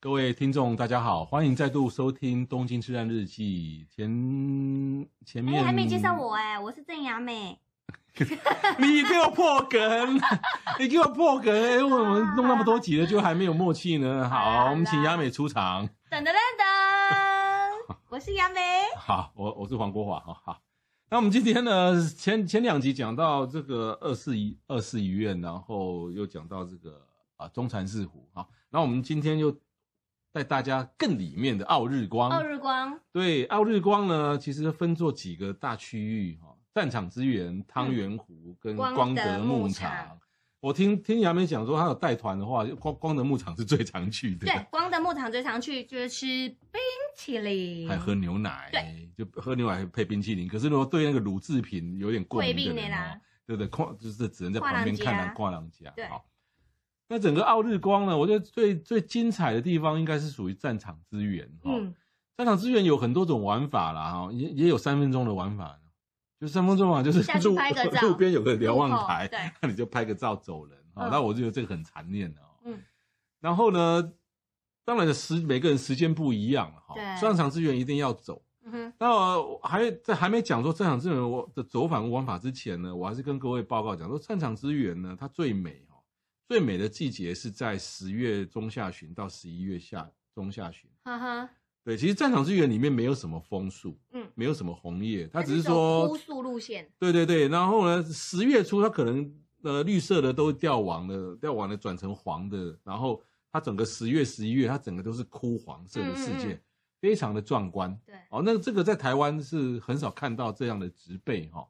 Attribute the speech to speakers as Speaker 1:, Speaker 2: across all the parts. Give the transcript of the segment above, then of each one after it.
Speaker 1: 各位听众，大家好，欢迎再度收听《东京之战日记》前前
Speaker 2: 哎、
Speaker 1: 面
Speaker 2: 还没介绍我哎、我是郑雅美。
Speaker 1: 你给我破 梗，你给我破梗，哎，我们弄那么多集了，就还没有默契呢。
Speaker 2: 好
Speaker 1: 好，
Speaker 2: 啦
Speaker 1: 我们请雅美出场。
Speaker 2: 噔噔噔噔， 我是雅美。
Speaker 1: 好，我我是黄国华，好好。那我们今天呢，前前两集讲到这个二四一二四医院，然后又讲到这个啊中禅寺湖，好，那我们今天又带大家更里面的奥日光，
Speaker 2: 哦奥日光，
Speaker 1: 对，奥日光呢，其实分作几个大区域哈、战场之源、汤圆湖跟
Speaker 2: 嗯光
Speaker 1: 光
Speaker 2: 德
Speaker 1: 德
Speaker 2: 牧
Speaker 1: 牧
Speaker 2: 场
Speaker 1: 场。我听听杨梅讲说，他有带团的话，光光德牧场是最常去的，
Speaker 2: 对，光的牧场最常去就是吃冰淇淋，
Speaker 1: 还喝牛奶，就喝牛奶配冰淇淋。可是如果对那个乳制品有点过
Speaker 2: 贵
Speaker 1: 敏的
Speaker 2: 宾的
Speaker 1: 人
Speaker 2: 啦
Speaker 1: 啊，，对不对？逛就是只能在旁边看啊，
Speaker 2: 挂
Speaker 1: 挂廊家。
Speaker 2: 对
Speaker 1: 好，那整个奥日光呢，我觉得最最精彩的地方应该是属于战场之源哈。
Speaker 2: 嗯，
Speaker 1: 战场资源有很多种玩法啦，哈，也也有三分钟的玩法，就三分钟啊，就是
Speaker 2: 下去
Speaker 1: 路
Speaker 2: 拍个照
Speaker 1: 路边有个瞭望
Speaker 2: 入口
Speaker 1: 台，
Speaker 2: 对，
Speaker 1: 那你就拍个照走人啊。
Speaker 2: 嗯
Speaker 1: 那我就觉得这个很残念的哦。
Speaker 2: 嗯，
Speaker 1: 然后呢，当然时每个人时间不一样了哈
Speaker 2: 对，
Speaker 1: 战场资源一定要走。
Speaker 2: 嗯哼，
Speaker 1: 那我还在还没讲说战场资源我的走访玩法之前呢，我还是跟各位报告讲说，战场资源呢，它最美哈，最美的季节是在十月中下旬到十一月下中下旬。
Speaker 2: 哈哈，
Speaker 1: 对，其实战场之源里面没有什么枫树，
Speaker 2: 嗯
Speaker 1: 没有什么红叶，它只是
Speaker 2: 铺
Speaker 1: 说，
Speaker 2: 素路线，
Speaker 1: 对对对。然后呢，十月初它可能呃绿色的都掉完了，掉完了转成黄的，然后它整个十月、十一月，它整个都是枯黄色的世界，
Speaker 2: 嗯嗯嗯
Speaker 1: 非常的壮观。
Speaker 2: 对，
Speaker 1: 哦，那这个在台湾是很少看到这样的植被哈、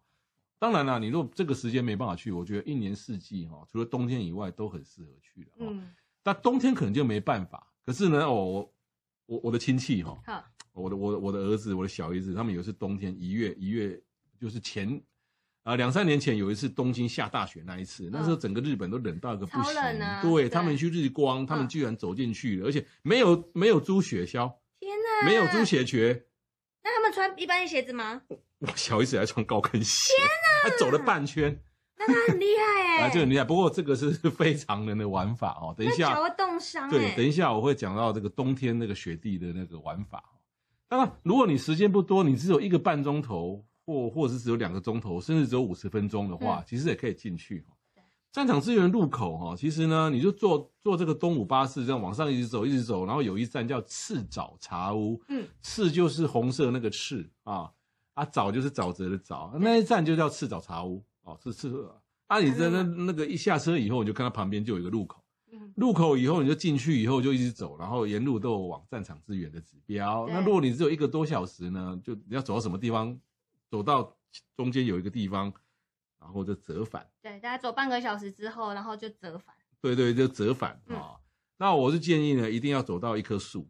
Speaker 1: 当然啦，你如果这个时间没办法去，我觉得一年四季哈、除了冬天以外都很适合去的、哦。
Speaker 2: 嗯，
Speaker 1: 那、冬天可能就没办法，可是呢，哦、我我我的亲戚哈、
Speaker 2: 好，
Speaker 1: 我的我的我的儿子，我的小姨子，他们有一次冬天一月一月，就是前啊两三年前有一次东京下大雪那一次，那时候整个日本都冷到一个不
Speaker 2: 嗯超
Speaker 1: 行，
Speaker 2: 冷啊
Speaker 1: 对
Speaker 2: 对
Speaker 1: 他们去日光，他们
Speaker 2: 嗯
Speaker 1: 居然走进去了，而且没有没有租雪橇，
Speaker 2: 天哪，
Speaker 1: 没有租，雪瘸，
Speaker 2: 那他们穿一般的鞋子吗？
Speaker 1: 我小姨子还穿高跟鞋，她走了半圈，
Speaker 2: 那他很厉 害
Speaker 1: 啊，
Speaker 2: 哎，
Speaker 1: 这个很厉害。不过这个是非常人的玩法哦，等一
Speaker 2: 那
Speaker 1: 下
Speaker 2: 脚会冻伤
Speaker 1: 对，
Speaker 2: 哎，
Speaker 1: 等一下我会讲到这个冬天那个雪地的那个玩法。哦当然，如果你时间不多，你只有一个半钟头，或或者是只有两个钟头，甚至只有五十分钟的
Speaker 2: 嗯
Speaker 1: 话，其实也可以进去。哦战场资源入口哈，其实呢，你就坐坐这个东武巴士，这样往上一直走，一直走，然后有一站叫赤沼茶屋，
Speaker 2: 嗯，
Speaker 1: 赤就是红色那个赤啊，啊沼就是沼泽的沼，那一站就叫赤沼茶屋哦，是赤。啊，你在那那个一下车以后，你就看到旁边就有一个路口，
Speaker 2: 嗯，
Speaker 1: 入口以后你就进去以后就一直走，然后沿路都有往战场之远的指标。
Speaker 2: 对
Speaker 1: 那如果你只有一个多小时呢，就你要走到什么地方，走到中间有一个地方，然后就折返。
Speaker 2: 对，大家走半个小时之后，然后就折返，
Speaker 1: 对对，就折返啊、
Speaker 2: 嗯
Speaker 1: 那我是建议呢，一定要走到一棵树。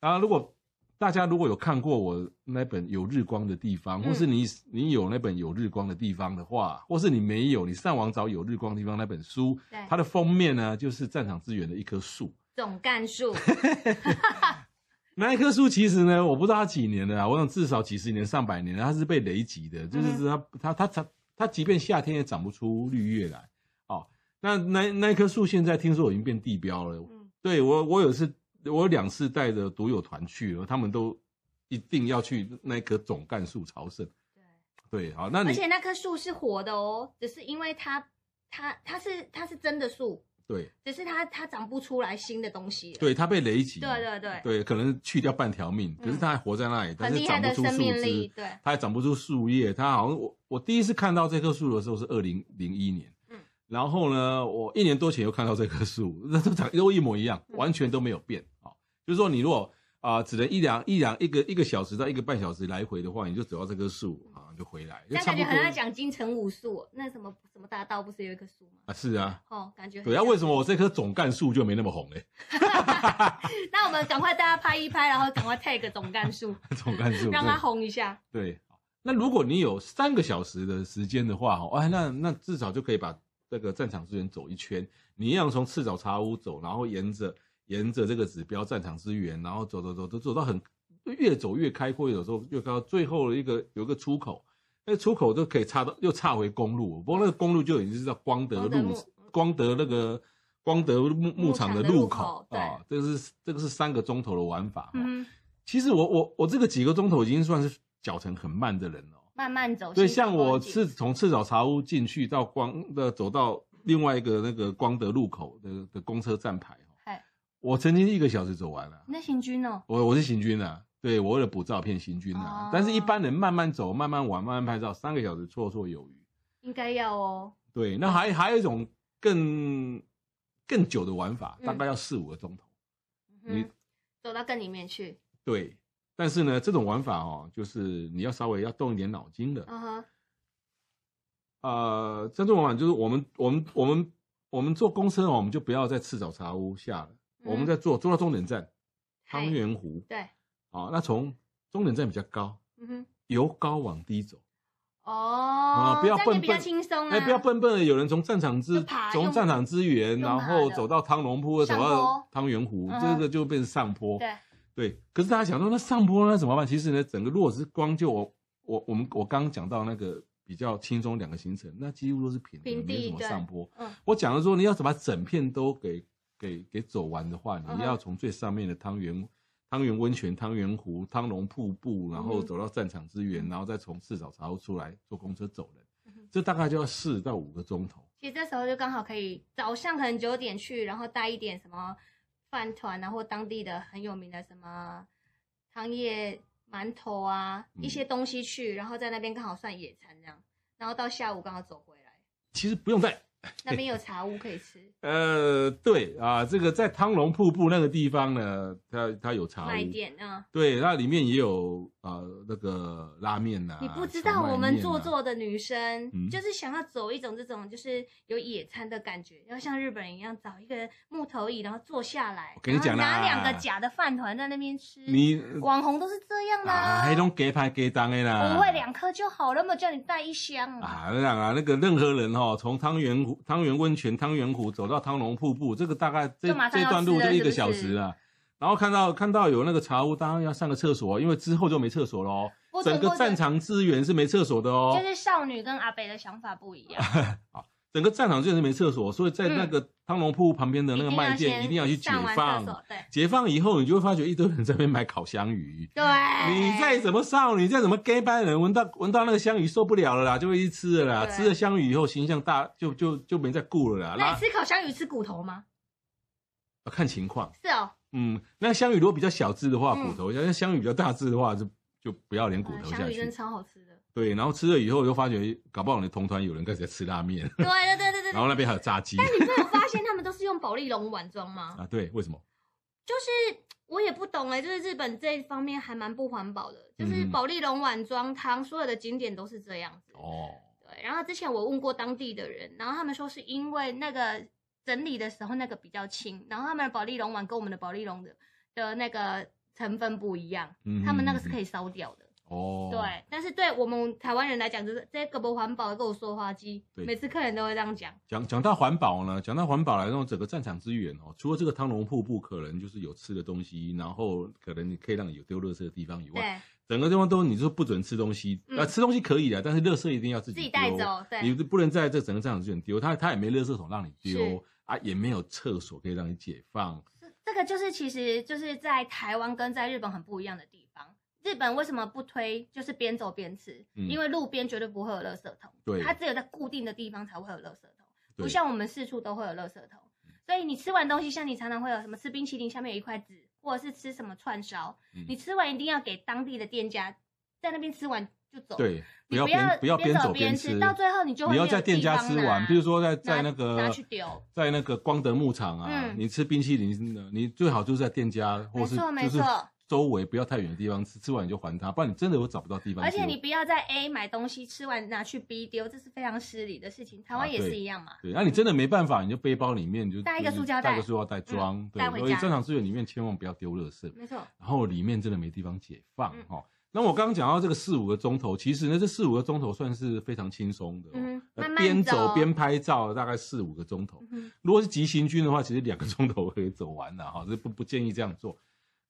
Speaker 1: 啊，如果大家如果有看过我那本有日光的地方，
Speaker 2: 嗯
Speaker 1: 或是你你有那本有日光的地方的话，或是你没有，你上网找有日光的地方那本书，
Speaker 2: 对，
Speaker 1: 它的封面呢就是战场之远的一棵树。
Speaker 2: 总 干数，
Speaker 1: 那一棵树其实呢，我不知道它几年了啊，我想至少几十年、上百年了，它是被雷击的，
Speaker 2: 嗯
Speaker 1: 就是它、它它它它即便夏天也长不出绿叶来。哦，那那那一棵树现在听说已经变地标了。
Speaker 2: 嗯，
Speaker 1: 对我我有一次我有两次带着独友团去了，他们都一定要去那棵总干树朝圣。
Speaker 2: 对。
Speaker 1: 对，好，那
Speaker 2: 而
Speaker 1: 你
Speaker 2: 且那棵树是活的哦，只是因为它它它是它是真的树，
Speaker 1: 对
Speaker 2: 只是它它长不出来新的东西了。
Speaker 1: 对，它被雷击，
Speaker 2: 对对对嗯
Speaker 1: 对，可能去掉半条命，可是它还活在那里，但
Speaker 2: 很
Speaker 1: 是
Speaker 2: 厉害
Speaker 1: 长不
Speaker 2: 的
Speaker 1: 出
Speaker 2: 生
Speaker 1: 树
Speaker 2: 命
Speaker 1: 枝
Speaker 2: 力，。对，
Speaker 1: 它还长不出树叶，它好像我我第一次看到这棵树的时候是二零零一年，
Speaker 2: 嗯
Speaker 1: 然后呢，我一年多前又看到这棵树，那都长都一模一样，
Speaker 2: 嗯
Speaker 1: 完全都没有变啊、哦就是说你如果啊、只能一两一两一个一个小时到一个半小时来回的话，你就走到这棵树啊，就回来，就
Speaker 2: 这样
Speaker 1: 差
Speaker 2: 感
Speaker 1: 不多
Speaker 2: 觉很像讲金城武术，那什么什么大道不是有一棵树吗？
Speaker 1: 啊，是啊，
Speaker 2: 哦，感觉很
Speaker 1: 对啊，
Speaker 2: 像
Speaker 1: 为什么我这棵总干树就没那么红嘞？
Speaker 2: 那我们赶快大家拍一拍，然后赶快 tag 总干数，
Speaker 1: 总干树
Speaker 2: 让他
Speaker 1: 对
Speaker 2: 红一下。
Speaker 1: 对。那如果你有三个小时的时间的话，哦，哎，那那至少就可以把这个战场资源走一圈。你一样从赤沼茶屋走，然后沿着沿着这个指标战场资源，然后走走走走走到很越走越开阔，有时候越到最后的一个有一个出口，那出口都可以插到又岔回公路，不过那个公路就已经是到光德
Speaker 2: 光德
Speaker 1: 路
Speaker 2: 牧、
Speaker 1: 光德那个光德牧牧场的路口
Speaker 2: 牧场的路口对
Speaker 1: 啊，这个是这个是三个钟头的玩法。哦
Speaker 2: 嗯，
Speaker 1: 其实我我我这个几个钟头已经算是脚程很慢的人了、
Speaker 2: 慢慢走。
Speaker 1: 所以
Speaker 2: 辛苦
Speaker 1: 像我
Speaker 2: 光景
Speaker 1: 是从赤沼茶屋进去到光呃走到另外一个那个光德路口的的公车站牌哦，
Speaker 2: 嗨，
Speaker 1: 我曾经一个小时走完了、
Speaker 2: 你在行军哦，
Speaker 1: 我我是行军啊，对我为了补照片行军啊，
Speaker 2: 哦
Speaker 1: 但是一般人慢慢走、慢慢玩、慢慢拍照，三个小时绰绰有余。
Speaker 2: 应该要哦。
Speaker 1: 对，那还还有一种更更久的玩法，
Speaker 2: 嗯
Speaker 1: 大概要四五个钟头。你
Speaker 2: 嗯，走到更里面去。
Speaker 1: 对，但是呢，这种玩法哦，就是你要稍微要动一点脑筋的。
Speaker 2: 嗯哼，
Speaker 1: 呃，像这种玩法就是我们我们我们我们坐公车哦，我们就不要在赤沼茶屋下了，我们
Speaker 2: 嗯
Speaker 1: 再坐坐到终点站
Speaker 2: 嗨
Speaker 1: 汤圆湖。
Speaker 2: 对，
Speaker 1: 好，那从终点站比较高，
Speaker 2: 嗯哼，
Speaker 1: 由高往低走。
Speaker 2: 哦，
Speaker 1: 不要
Speaker 2: 这样
Speaker 1: 笨
Speaker 2: 也比较
Speaker 1: 笨
Speaker 2: 轻松啊。
Speaker 1: 哎，不要笨笨的，有人从战场
Speaker 2: 就
Speaker 1: 支
Speaker 2: 爬
Speaker 1: 从
Speaker 2: 用
Speaker 1: 战场支援，
Speaker 2: 用
Speaker 1: 然
Speaker 2: 爬
Speaker 1: 后
Speaker 2: 的
Speaker 1: 走到汤龙坡，走
Speaker 2: 上
Speaker 1: 到
Speaker 2: 坡
Speaker 1: 汤圆湖，
Speaker 2: 嗯
Speaker 1: 这
Speaker 2: 哼
Speaker 1: 个就变成上坡。
Speaker 2: 对，
Speaker 1: 对，可是大家想说，那上坡那怎么办？其实呢，整个如果是光就我我我们我刚刚讲到那个比较轻松两个行程，那几乎都是平的，
Speaker 2: 平
Speaker 1: 没
Speaker 2: 地
Speaker 1: 什么
Speaker 2: 对
Speaker 1: 上坡。
Speaker 2: 嗯
Speaker 1: 我讲的说，你要怎么整片都给给给走完的话，
Speaker 2: 嗯
Speaker 1: 你
Speaker 2: 哼
Speaker 1: 要从最上面的汤圆汤圆温泉、汤圆湖、汤龙瀑布，然后
Speaker 2: 嗯哼
Speaker 1: 走到战场支援，
Speaker 2: 嗯
Speaker 1: 然后再从赤沼茶屋出来坐公车走人
Speaker 2: 嗯哼，
Speaker 1: 这大概就要四到五个钟头。
Speaker 2: 其实这时候就刚好可以早上可能九点去，然后带一点什么饭团啊，或当地的很有名的什么汤叶馒头啊，
Speaker 1: 嗯
Speaker 2: 一些东西去，然后在那边刚好算野餐这样，然后到下午刚好走回来，
Speaker 1: 其实不用带，
Speaker 2: 那边有茶屋可以吃，嗯
Speaker 1: 呃，对啊，这个在汤龙瀑布那个地方呢，它它有 茶屋，
Speaker 2: 卖点啊。
Speaker 1: 对，那里面也有呃那个拉面呐、
Speaker 2: 你不知
Speaker 1: 荞
Speaker 2: 道
Speaker 1: 麦
Speaker 2: 我们
Speaker 1: 啊面
Speaker 2: 做
Speaker 1: 啊
Speaker 2: 作的女生，
Speaker 1: 嗯
Speaker 2: 就是想要走一种这种就是有野餐的感觉，要像日本人一样找一个木头椅，然后坐下来，
Speaker 1: 我跟你讲啦
Speaker 2: 然后拿两个假的饭团在那边吃。
Speaker 1: 你
Speaker 2: 网红都是这样的、
Speaker 1: 啊，还弄给牌给当的啦，
Speaker 2: 不会两颗就好了嘛，叫你带一箱啊。
Speaker 1: 啊，那样啊，那个任何人哦，从汤圆湖、汤圆温泉、汤圆湖走到汤龙瀑布，这个大概这
Speaker 2: 就马上
Speaker 1: 这
Speaker 2: 要
Speaker 1: 段路
Speaker 2: 吃
Speaker 1: 就
Speaker 2: 了
Speaker 1: 一个
Speaker 2: 是不
Speaker 1: 小
Speaker 2: 是
Speaker 1: 时啊。然后看到看到有那个茶屋，当然要上个厕所，因为之后就没厕所喽。
Speaker 2: 不
Speaker 1: 整
Speaker 2: 准
Speaker 1: 个
Speaker 2: 不
Speaker 1: 战
Speaker 2: 准，
Speaker 1: 场资源是没厕所的哦。啊
Speaker 2: 就是少女跟阿北的想法不一样，
Speaker 1: 整个战场就是没厕所，所以在那
Speaker 2: 嗯
Speaker 1: 个汤龙瀑布旁边的那个卖店，一定要去解
Speaker 2: 上完
Speaker 1: 放
Speaker 2: 厕。所，对
Speaker 1: 解放以后，你就会发觉一堆人在那边买烤香鱼。
Speaker 2: 对。
Speaker 1: 你再怎么少女，再怎么 gay 班人，闻到闻到那个香鱼受不了了啦，就会去吃了啦。
Speaker 2: 对
Speaker 1: 吃了香鱼以后，形象大就就就没再顾了啦。
Speaker 2: 那你
Speaker 1: 那啊
Speaker 2: 吃烤香鱼吃骨头吗？
Speaker 1: 看情况，
Speaker 2: 是哦，
Speaker 1: 嗯，那香鱼如果比较小只的话，
Speaker 2: 嗯
Speaker 1: 骨头；像、香鱼比较大只的话，就就不要连骨
Speaker 2: 嗯
Speaker 1: 头下
Speaker 2: 香鱼真
Speaker 1: 去。
Speaker 2: 超好吃的。
Speaker 1: 对，然后吃了以后，就发觉搞不好你的同团有人开始在吃拉 面，
Speaker 2: 对对对对
Speaker 1: 然
Speaker 2: 对对。
Speaker 1: 后那边还有炸鸡
Speaker 2: 但你没有发现他们都是用保丽龙碗装 吗？
Speaker 1: 啊。对，为什么？
Speaker 2: 就是我也不懂哎、就是日本这一方面还蛮不环保的，就是
Speaker 1: 嗯
Speaker 2: 保丽龙碗装汤，所有的景点都是这样子。
Speaker 1: 哦，
Speaker 2: 对，然后之前我问过当地的人，然后他们说是因为那个整理的时候那个比较轻，然后他们的保利龙碗跟我们的保利龙的的那个成分不一样，
Speaker 1: 嗯
Speaker 2: 他们那个是可
Speaker 1: 以
Speaker 2: 以烧掉的。
Speaker 1: 哦，
Speaker 2: 对，啊但是对我们台湾人来讲，就是这个不环保，跟我说话机，
Speaker 1: 对
Speaker 2: 每次客人都会这样讲。
Speaker 1: 讲讲到环保呢，讲到环保来说，整个战场资源哦，除了这个汤龙瀑布可能就是有吃的东西，然后可能你可以让你有丢垃圾的地方以外，
Speaker 2: 对，
Speaker 1: 整个地方都你说不准吃东西，
Speaker 2: 嗯
Speaker 1: 呃，吃东西可以的，但是垃圾一定要自己
Speaker 2: 自
Speaker 1: 自
Speaker 2: 己带，走。
Speaker 1: 你
Speaker 2: 对，
Speaker 1: 不能在这整个战场资源丢，它它也没垃圾桶让你丢
Speaker 2: 是
Speaker 1: 啊，也没有厕所可以让你解放，
Speaker 2: 这个就是其实就是在台湾跟在日本很不一样的地方。日本为什么不推就是边走边吃？
Speaker 1: 嗯
Speaker 2: 因为路边绝对不会有垃圾桶，
Speaker 1: 对
Speaker 2: 它只有在固定的地方才会有垃圾桶。
Speaker 1: 对嗯
Speaker 2: 不像我们四处都会有垃圾桶。所以你吃完东西，像你常常会有什么吃冰淇淋下面有一块纸，或者是吃什么串烧，
Speaker 1: 嗯
Speaker 2: 你吃完一定要给当地的店家，在那边吃完就走。，
Speaker 1: 对，不
Speaker 2: 哦你
Speaker 1: 要
Speaker 2: 不要
Speaker 1: 边不要
Speaker 2: 边
Speaker 1: 走
Speaker 2: 走边吃
Speaker 1: 吃，
Speaker 2: 到最后你就会
Speaker 1: 你要
Speaker 2: 没有
Speaker 1: 在店家
Speaker 2: 地方
Speaker 1: 吃
Speaker 2: 拿
Speaker 1: 完，比如说在在
Speaker 2: 拿
Speaker 1: 那
Speaker 2: 拿
Speaker 1: 个
Speaker 2: 去丢。
Speaker 1: 在那个光德牧场啊，
Speaker 2: 嗯
Speaker 1: 你吃冰淇淋，你最好就是在店家，或
Speaker 2: 没
Speaker 1: 是
Speaker 2: 错没
Speaker 1: 就是
Speaker 2: 错
Speaker 1: 周围不要太远的地方吃，吃完你就还他，不然你真的会找不到地方
Speaker 2: 而
Speaker 1: 丢。
Speaker 2: 且你不要在 A 买东西吃完拿去 B 丢，这是非常失礼的事情。台
Speaker 1: 啊
Speaker 2: 湾也
Speaker 1: 对
Speaker 2: 是一样嘛。
Speaker 1: 对，那、你真的没办法，你就背包里面你就
Speaker 2: 带一个
Speaker 1: 就是
Speaker 2: 塑胶
Speaker 1: 带
Speaker 2: 袋嗯
Speaker 1: 个塑胶袋装，对，
Speaker 2: 带回
Speaker 1: 所以
Speaker 2: 家
Speaker 1: 正常资源里面千万不要丢垃圾。
Speaker 2: 没错，
Speaker 1: 然后里面真的没地方解放
Speaker 2: 嗯
Speaker 1: 哦。那我刚刚讲到这个四五个钟头，其实呢，这四五个钟头算是非常轻松的、哦，
Speaker 2: 嗯哼
Speaker 1: 呃
Speaker 2: 慢慢
Speaker 1: 边走
Speaker 2: 走
Speaker 1: 边拍照，大概四五个钟头。
Speaker 2: 嗯
Speaker 1: 如果是急行军的话，其实两个钟头可以走完了哈，这不不建议这样做。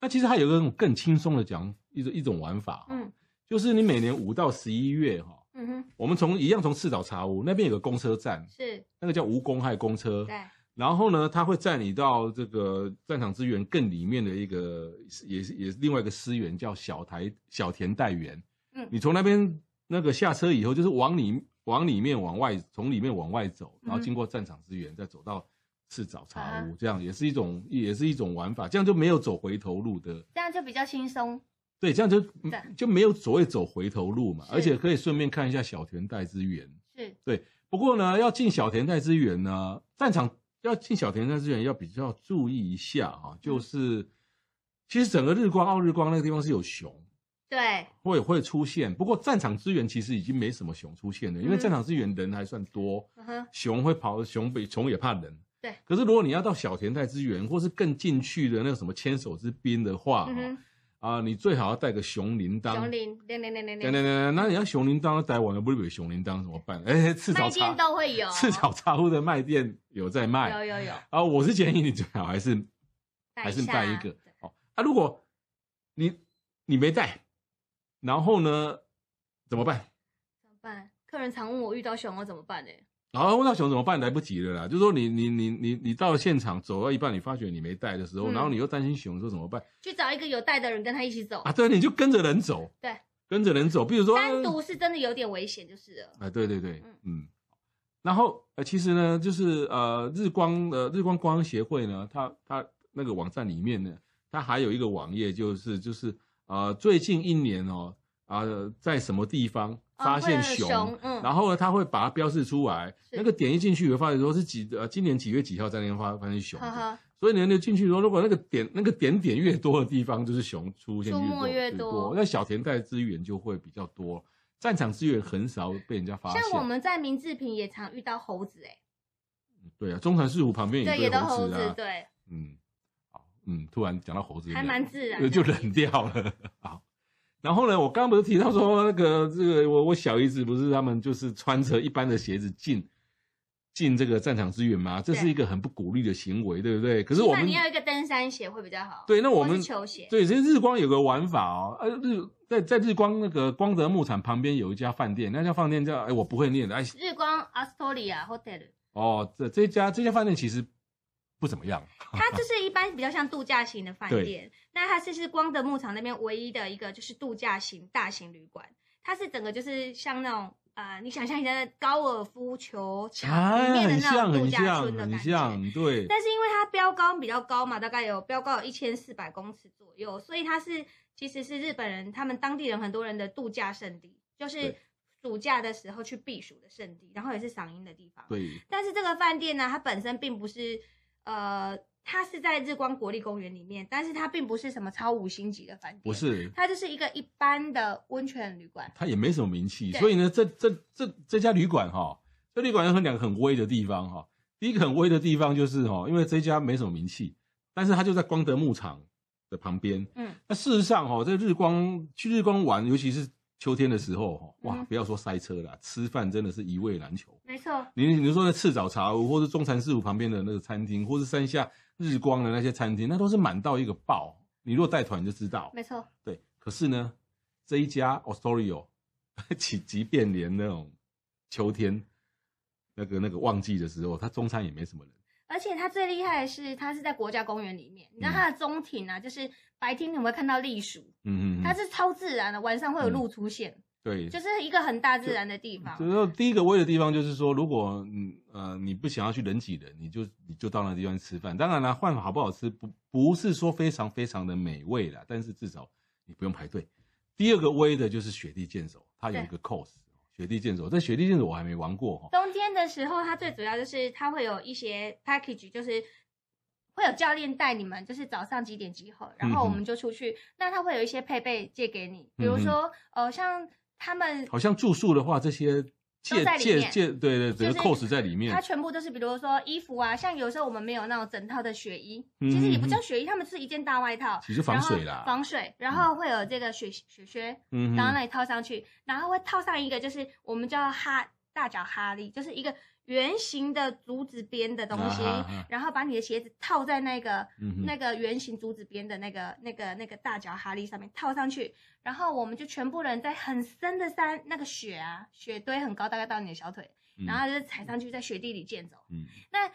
Speaker 1: 那其实还有一个更轻松的讲一种一种玩法，
Speaker 2: 哼，嗯
Speaker 1: 就是你每年五到十一月哈，
Speaker 2: 嗯哼，
Speaker 1: 我们从一样从赤岛茶屋那边有个公车站，
Speaker 2: 是
Speaker 1: 那个叫无公害公车，
Speaker 2: 对，
Speaker 1: 然后呢，它会载你到这个战场支援更里面的一个，也是也是另外一个师园，叫小台小田代园。
Speaker 2: 嗯
Speaker 1: 你从那边那个下车以后，就是往里往里面往外，从里面往外走，然后
Speaker 2: 嗯
Speaker 1: 经过战场支援，再走到赤早茶
Speaker 2: 啊
Speaker 1: 屋，这样也是一种也是一种玩法，这样就没有走回头路的。
Speaker 2: 这样就比较轻松。
Speaker 1: 对，这样就
Speaker 2: 对
Speaker 1: 就没有所谓走回头路嘛，
Speaker 2: 是
Speaker 1: 而且可以顺便看一下小田代之园。
Speaker 2: 是，
Speaker 1: 不过呢，要进小田代之园呢，战场要进小田代之园要比较注意一下啊，
Speaker 2: 嗯
Speaker 1: 就是、其实整个日光奥日光那个地方是有熊。
Speaker 2: 对，
Speaker 1: 会会出现，不过战场支援其实已经没什么熊出现了，因为
Speaker 2: 嗯
Speaker 1: 战场支援人还算多，
Speaker 2: 嗯哼，
Speaker 1: 熊会跑，熊比熊也怕人。
Speaker 2: 对
Speaker 1: 可是如果你要到小田代支援，或是更进去的那个什么千手之滨的话，啊、
Speaker 2: 嗯哼，
Speaker 1: 你最好要带个熊铃铛。
Speaker 2: 熊铃，铃铃铃铃
Speaker 1: 对对
Speaker 2: 铃，
Speaker 1: 对，那你要熊铃铛都带完了，不是有熊铃铛怎么办？哎，赤
Speaker 2: 卖
Speaker 1: 草
Speaker 2: 店
Speaker 1: 茶，
Speaker 2: 都会有，
Speaker 1: 赤草茶屋的卖店有在卖
Speaker 2: 有有有，
Speaker 1: 啊。我是建议你最好还是
Speaker 2: 带
Speaker 1: 还是
Speaker 2: 下
Speaker 1: 带一个哦。啊，如果你你没带，然后呢怎么办？
Speaker 2: 怎么办？客人常问我遇到熊我怎么办呢？
Speaker 1: 然后问到熊怎么办？来不及了啦！就是说你你你你你到了现场走到一半，你发觉你没带的时候，
Speaker 2: 嗯
Speaker 1: 然后你又担心熊，说怎么办
Speaker 2: 去找一个有带的人跟他一起走
Speaker 1: 啊？，对，你就跟着人走，
Speaker 2: 对，
Speaker 1: 跟着人走。比如说
Speaker 2: 单独是真的有点危险，就是了。
Speaker 1: 啊，对对对
Speaker 2: 嗯，
Speaker 1: 嗯。然后呃，其实呢，就是呃，日光呃日光观光协会呢，它它那个网站里面呢，它还有一个网页，就是就是呃，最近一年哦啊、在什么地方发现
Speaker 2: 嗯会
Speaker 1: 熊，
Speaker 2: 有熊嗯
Speaker 1: 然后呢，它会把它标示出来，
Speaker 2: 是
Speaker 1: 那个点一进去，你会发现说是几呃今年几月几号在那边发发现熊的，
Speaker 2: 呵呵，
Speaker 1: 所以呢，就进去说，如果那个点那个点点越多的地方，就是熊出现
Speaker 2: 出
Speaker 1: 越
Speaker 2: 没
Speaker 1: 多
Speaker 2: 越多
Speaker 1: 那小田代资源就会比较多，战场资源很少被人家发现。
Speaker 2: 像我们在明治平也常遇到猴子，哎，
Speaker 1: 对啊，中禅寺湖旁边
Speaker 2: 对，
Speaker 1: 一
Speaker 2: 也
Speaker 1: 堆
Speaker 2: 都猴
Speaker 1: 子啊，
Speaker 2: 对，
Speaker 1: 嗯，好，嗯，突然讲到猴子，
Speaker 2: 还蛮自然
Speaker 1: 呃
Speaker 2: 的，
Speaker 1: 就冷掉了。 好，然后呢，我刚刚不是提到说那个这个我我小姨子不是他们就是穿着一般的鞋子进进这个战场支援吗？这是
Speaker 2: 对
Speaker 1: 一个很不鼓励的行为，对不对？可是
Speaker 2: 起
Speaker 1: 我
Speaker 2: 码
Speaker 1: 们
Speaker 2: 你要一个登山鞋会比较好，
Speaker 1: 对，那我
Speaker 2: 或是
Speaker 1: 们
Speaker 2: 球鞋，
Speaker 1: 对，其实日光有个玩法哦，呃，日在在日光那个光德牧场旁边有一家饭店，那家饭店叫哎我不会念的哎
Speaker 2: 日光 Astoria Hotel，
Speaker 1: 哦这这家这家饭店其实不怎么样，
Speaker 2: 它就是一般比较像度假型的饭店。那它是是光德牧场那边唯一的一个就是度假型大型旅馆，它是整个就是像那种呃，你想象一下高尔夫球场里面的
Speaker 1: 哎啊很
Speaker 2: 那
Speaker 1: 像
Speaker 2: 种度
Speaker 1: 很
Speaker 2: 假
Speaker 1: 像
Speaker 2: 村的
Speaker 1: 很
Speaker 2: 感觉。
Speaker 1: 像，对，
Speaker 2: 但是因为它标高比较高嘛，大概有标高有一千四百公尺左右，所以它是其实是日本人他们当地人很多人的度假胜地，就是
Speaker 1: 对
Speaker 2: 暑假的时候去避暑的胜地，然后也是赏樱的地方。
Speaker 1: 对
Speaker 2: 但是这个饭店呢，它本身并不是，呃，它是在日光国立公园里面，但是它并不是什么超五星级的饭店，
Speaker 1: 不，是。
Speaker 2: 它就是一个一般的温泉旅馆。
Speaker 1: 他也没什么名气，
Speaker 2: 对
Speaker 1: 所以呢，这这这这家旅馆哈、这旅馆有很两个很威的地方哈、第一个很威的地方就是哈、因为这家没什么名气，但是它就在光德牧场的旁边。
Speaker 2: 嗯，
Speaker 1: 那事实上哈、哦在日光去日光玩，尤其是秋天的时候哈、哇，
Speaker 2: 嗯
Speaker 1: 不要说塞车啦，吃饭真的是一味难求。
Speaker 2: 没错，
Speaker 1: 你你说那赤沼茶屋，或是中禅寺湖旁边的那个餐厅，或是山下日光的那些餐厅，那都是满到一个爆。你如果带团就知道，
Speaker 2: 没错，
Speaker 1: 对，可是呢，这一家 Ostorio，即即便连那种秋天那个那个旺季的时候，它中餐也没什么人。
Speaker 2: 而且它最厉害的是，它是在国家公园里面，
Speaker 1: 嗯
Speaker 2: 你知道它的中庭啊，就是白天你会看到栗鼠，
Speaker 1: 嗯嗯，
Speaker 2: 它是超自然的，晚上会有鹿出现，
Speaker 1: 对，就
Speaker 2: 就是一个很大自然的地方。
Speaker 1: 是说第一个危的地方就是说，如果嗯呃你不想要去人挤人，你就你就到那地方吃饭。当然啦，饭好不好吃不不是说非常非常的美味啦，但是至少你不用排队。第二个危的就是雪地剑手，它有一
Speaker 2: 对
Speaker 1: 个 cos 雪地剑手，但雪地剑手我还没玩过哈、
Speaker 2: 冬天的时候，它最主要就是它会有一些 package，就是会有教练带你们，就是早上几点集合，
Speaker 1: 嗯
Speaker 2: 然后我们就出去。那他会有一些配备借给你，比如说呃，像他们
Speaker 1: 好像住宿的话，这些借
Speaker 2: 都在里
Speaker 1: 借
Speaker 2: 面
Speaker 1: 借，对对，只是
Speaker 2: 就是
Speaker 1: cos 在里面
Speaker 2: 它。全部都是，比如说衣服啊，像有时候我们没有那种整套的雪衣，
Speaker 1: 嗯
Speaker 2: 其实也不叫雪衣，他们是一件大外套，
Speaker 1: 其实防水啦
Speaker 2: 然后防水，然后会有这个雪雪靴，
Speaker 1: 嗯
Speaker 2: 然后
Speaker 1: 哼，
Speaker 2: 让你套上去，然后会套上一个就是我们叫哈大脚哈利，就是一个圆形的竹子边的东西，
Speaker 1: 啊啊啊
Speaker 2: 然后把你的鞋子套在那个
Speaker 1: 嗯哼
Speaker 2: 那个圆形竹子边的那个、那个、那个大脚哈利上面套上去，然后我们就全部人在很深的山那个雪啊，雪堆很高，大概到你的小腿，
Speaker 1: 嗯
Speaker 2: 然后就是踩上去，在雪地里健走。
Speaker 1: 嗯
Speaker 2: 那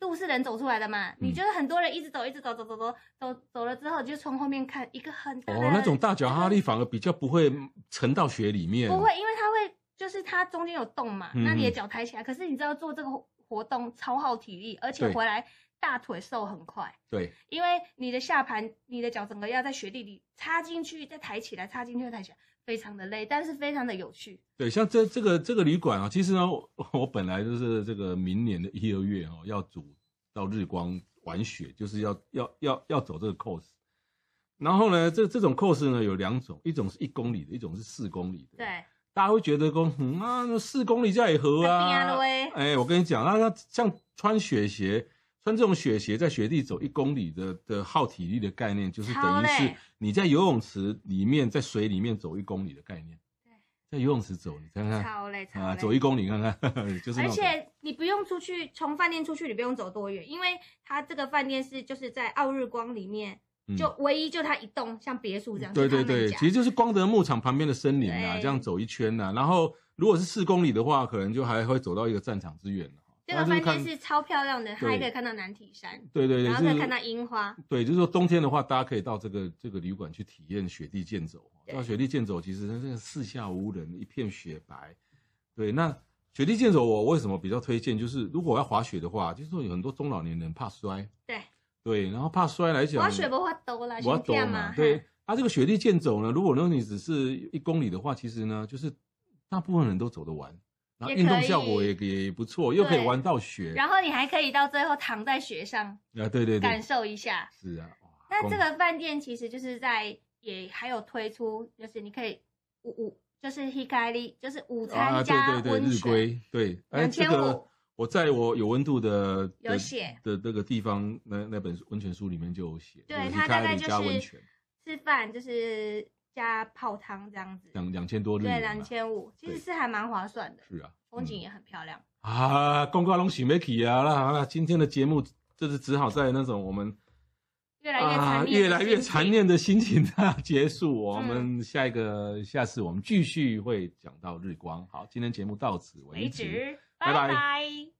Speaker 2: 路是人走出来的嘛？你就是很多人一直走，一直走，走走走走走了之后，你就从后面看一个很大
Speaker 1: 哦
Speaker 2: 的，
Speaker 1: 那种大脚哈利反而比较不会沉到雪里面，
Speaker 2: 不会，因为它会就是它中间有洞嘛，
Speaker 1: 嗯
Speaker 2: 那你的脚抬起来，可是你知道做这个活动超耗体力，而且
Speaker 1: 对
Speaker 2: 回来大腿瘦很快。
Speaker 1: 对，
Speaker 2: 因为你的下盘，你的脚整个要在雪地里插进去，再抬起来，插进去，再抬起来，非常的累，但是非常的有趣。
Speaker 1: 对，像这这个这个旅馆啊，其实呢，我我本来就是这个明年的一二月哦，要组到日光玩雪，就是要要要要走这个 course。然后呢，这这种 course 呢有两种，一种是一公里的，一种是四公里的。
Speaker 2: 对，，
Speaker 1: 大家会觉得说，嗯啊，那四公里这样也合
Speaker 2: 那边
Speaker 1: 啊
Speaker 2: 啊。喂
Speaker 1: 哎，我跟你讲，那那像穿雪鞋，穿这种雪鞋在雪地走一公里的的耗体力的概念，就是等于
Speaker 2: 超
Speaker 1: 是
Speaker 2: 累
Speaker 1: 你在游泳池里面，在水里面走一公里的概念
Speaker 2: 对。
Speaker 1: 在游泳池走，你看看
Speaker 2: 超累，超累。
Speaker 1: 啊，走一公里看看，就是那
Speaker 2: 而
Speaker 1: 种
Speaker 2: 且你不用出去，从饭店出去，你不用走多远，因为它这个饭店是就是在奥日光里面，
Speaker 1: 嗯
Speaker 2: 就唯一就它一栋像别墅这样。
Speaker 1: 对
Speaker 2: 就他
Speaker 1: 对
Speaker 2: 们
Speaker 1: 对，
Speaker 2: 家
Speaker 1: 其实就是光德牧场旁边的森林啊，
Speaker 2: 对
Speaker 1: 这样走一圈呐、然后如果是四公里的话，可能就还会走到一个战场之远了。
Speaker 2: 这
Speaker 1: 那
Speaker 2: 个
Speaker 1: 就是
Speaker 2: 饭
Speaker 1: 看
Speaker 2: 店是超漂亮的，它还
Speaker 1: 对
Speaker 2: 可以看到南体山，
Speaker 1: 对对对，
Speaker 2: 然后
Speaker 1: 就
Speaker 2: 可
Speaker 1: 是
Speaker 2: 以看到樱花。
Speaker 1: 对，就是说冬天的话，大家可以到这个这个旅馆去体验雪地健走。
Speaker 2: 对
Speaker 1: 到雪地健走，其实它这个四下无人，一片雪白。对，那雪地健走我为什么比较推荐？就是如果要滑雪的话，就是说有很多中老年人怕摔，
Speaker 2: 对，
Speaker 1: 对，然后怕摔来讲，
Speaker 2: 滑雪不会抖啦，
Speaker 1: 我要
Speaker 2: 心
Speaker 1: 走
Speaker 2: 跳
Speaker 1: 嘛，
Speaker 2: 哈
Speaker 1: 对。它、这个雪地健走呢，如果呢你只是一公里的话，其实呢就是大部分人都走得完，然后
Speaker 2: 也
Speaker 1: 运动
Speaker 2: 可
Speaker 1: 效果
Speaker 2: 以
Speaker 1: 也也不错，又可以
Speaker 2: 对
Speaker 1: 玩到雪
Speaker 2: 然后你还可以到最后躺在雪上
Speaker 1: 啊，对对
Speaker 2: 感
Speaker 1: 对，
Speaker 2: 受一下。
Speaker 1: 是啊。哇
Speaker 2: 那
Speaker 1: 光
Speaker 2: 这个饭店其实就是在也还有推出，就是你可以午午就是 hikari，就是午
Speaker 1: 啊，对
Speaker 2: 餐加
Speaker 1: 对对，
Speaker 2: 温
Speaker 1: 日
Speaker 2: 泉，
Speaker 1: 归对，哎，
Speaker 2: 两
Speaker 1: 这
Speaker 2: 千
Speaker 1: 个
Speaker 2: 五
Speaker 1: 我在我有温度的
Speaker 2: 有
Speaker 1: 的
Speaker 2: 写
Speaker 1: 的那个地方，那那本温泉书里面就有写，
Speaker 2: 对
Speaker 1: 就是
Speaker 2: 它大概
Speaker 1: 意
Speaker 2: 就
Speaker 1: 加温
Speaker 2: 是
Speaker 1: 泉，
Speaker 2: 吃饭就是加泡汤这样子，
Speaker 1: 两两千多日
Speaker 2: 对，
Speaker 1: 元嘛，
Speaker 2: 两千五，其
Speaker 1: 对
Speaker 2: 实是还蛮划算的，
Speaker 1: 是啊，
Speaker 2: 风景
Speaker 1: 嗯
Speaker 2: 也很漂亮。
Speaker 1: 啊，公告龙喜美起啊，那那今天的节目就是只好在那种我们
Speaker 2: 越来越
Speaker 1: 啊
Speaker 2: 残念，
Speaker 1: 越来越残。念的心情下结束。我
Speaker 2: 嗯
Speaker 1: 们下一个下次我们继续会讲到日光。好，今天节目到此为
Speaker 2: 为
Speaker 1: 止。
Speaker 2: 止，
Speaker 1: 拜拜
Speaker 2: 拜拜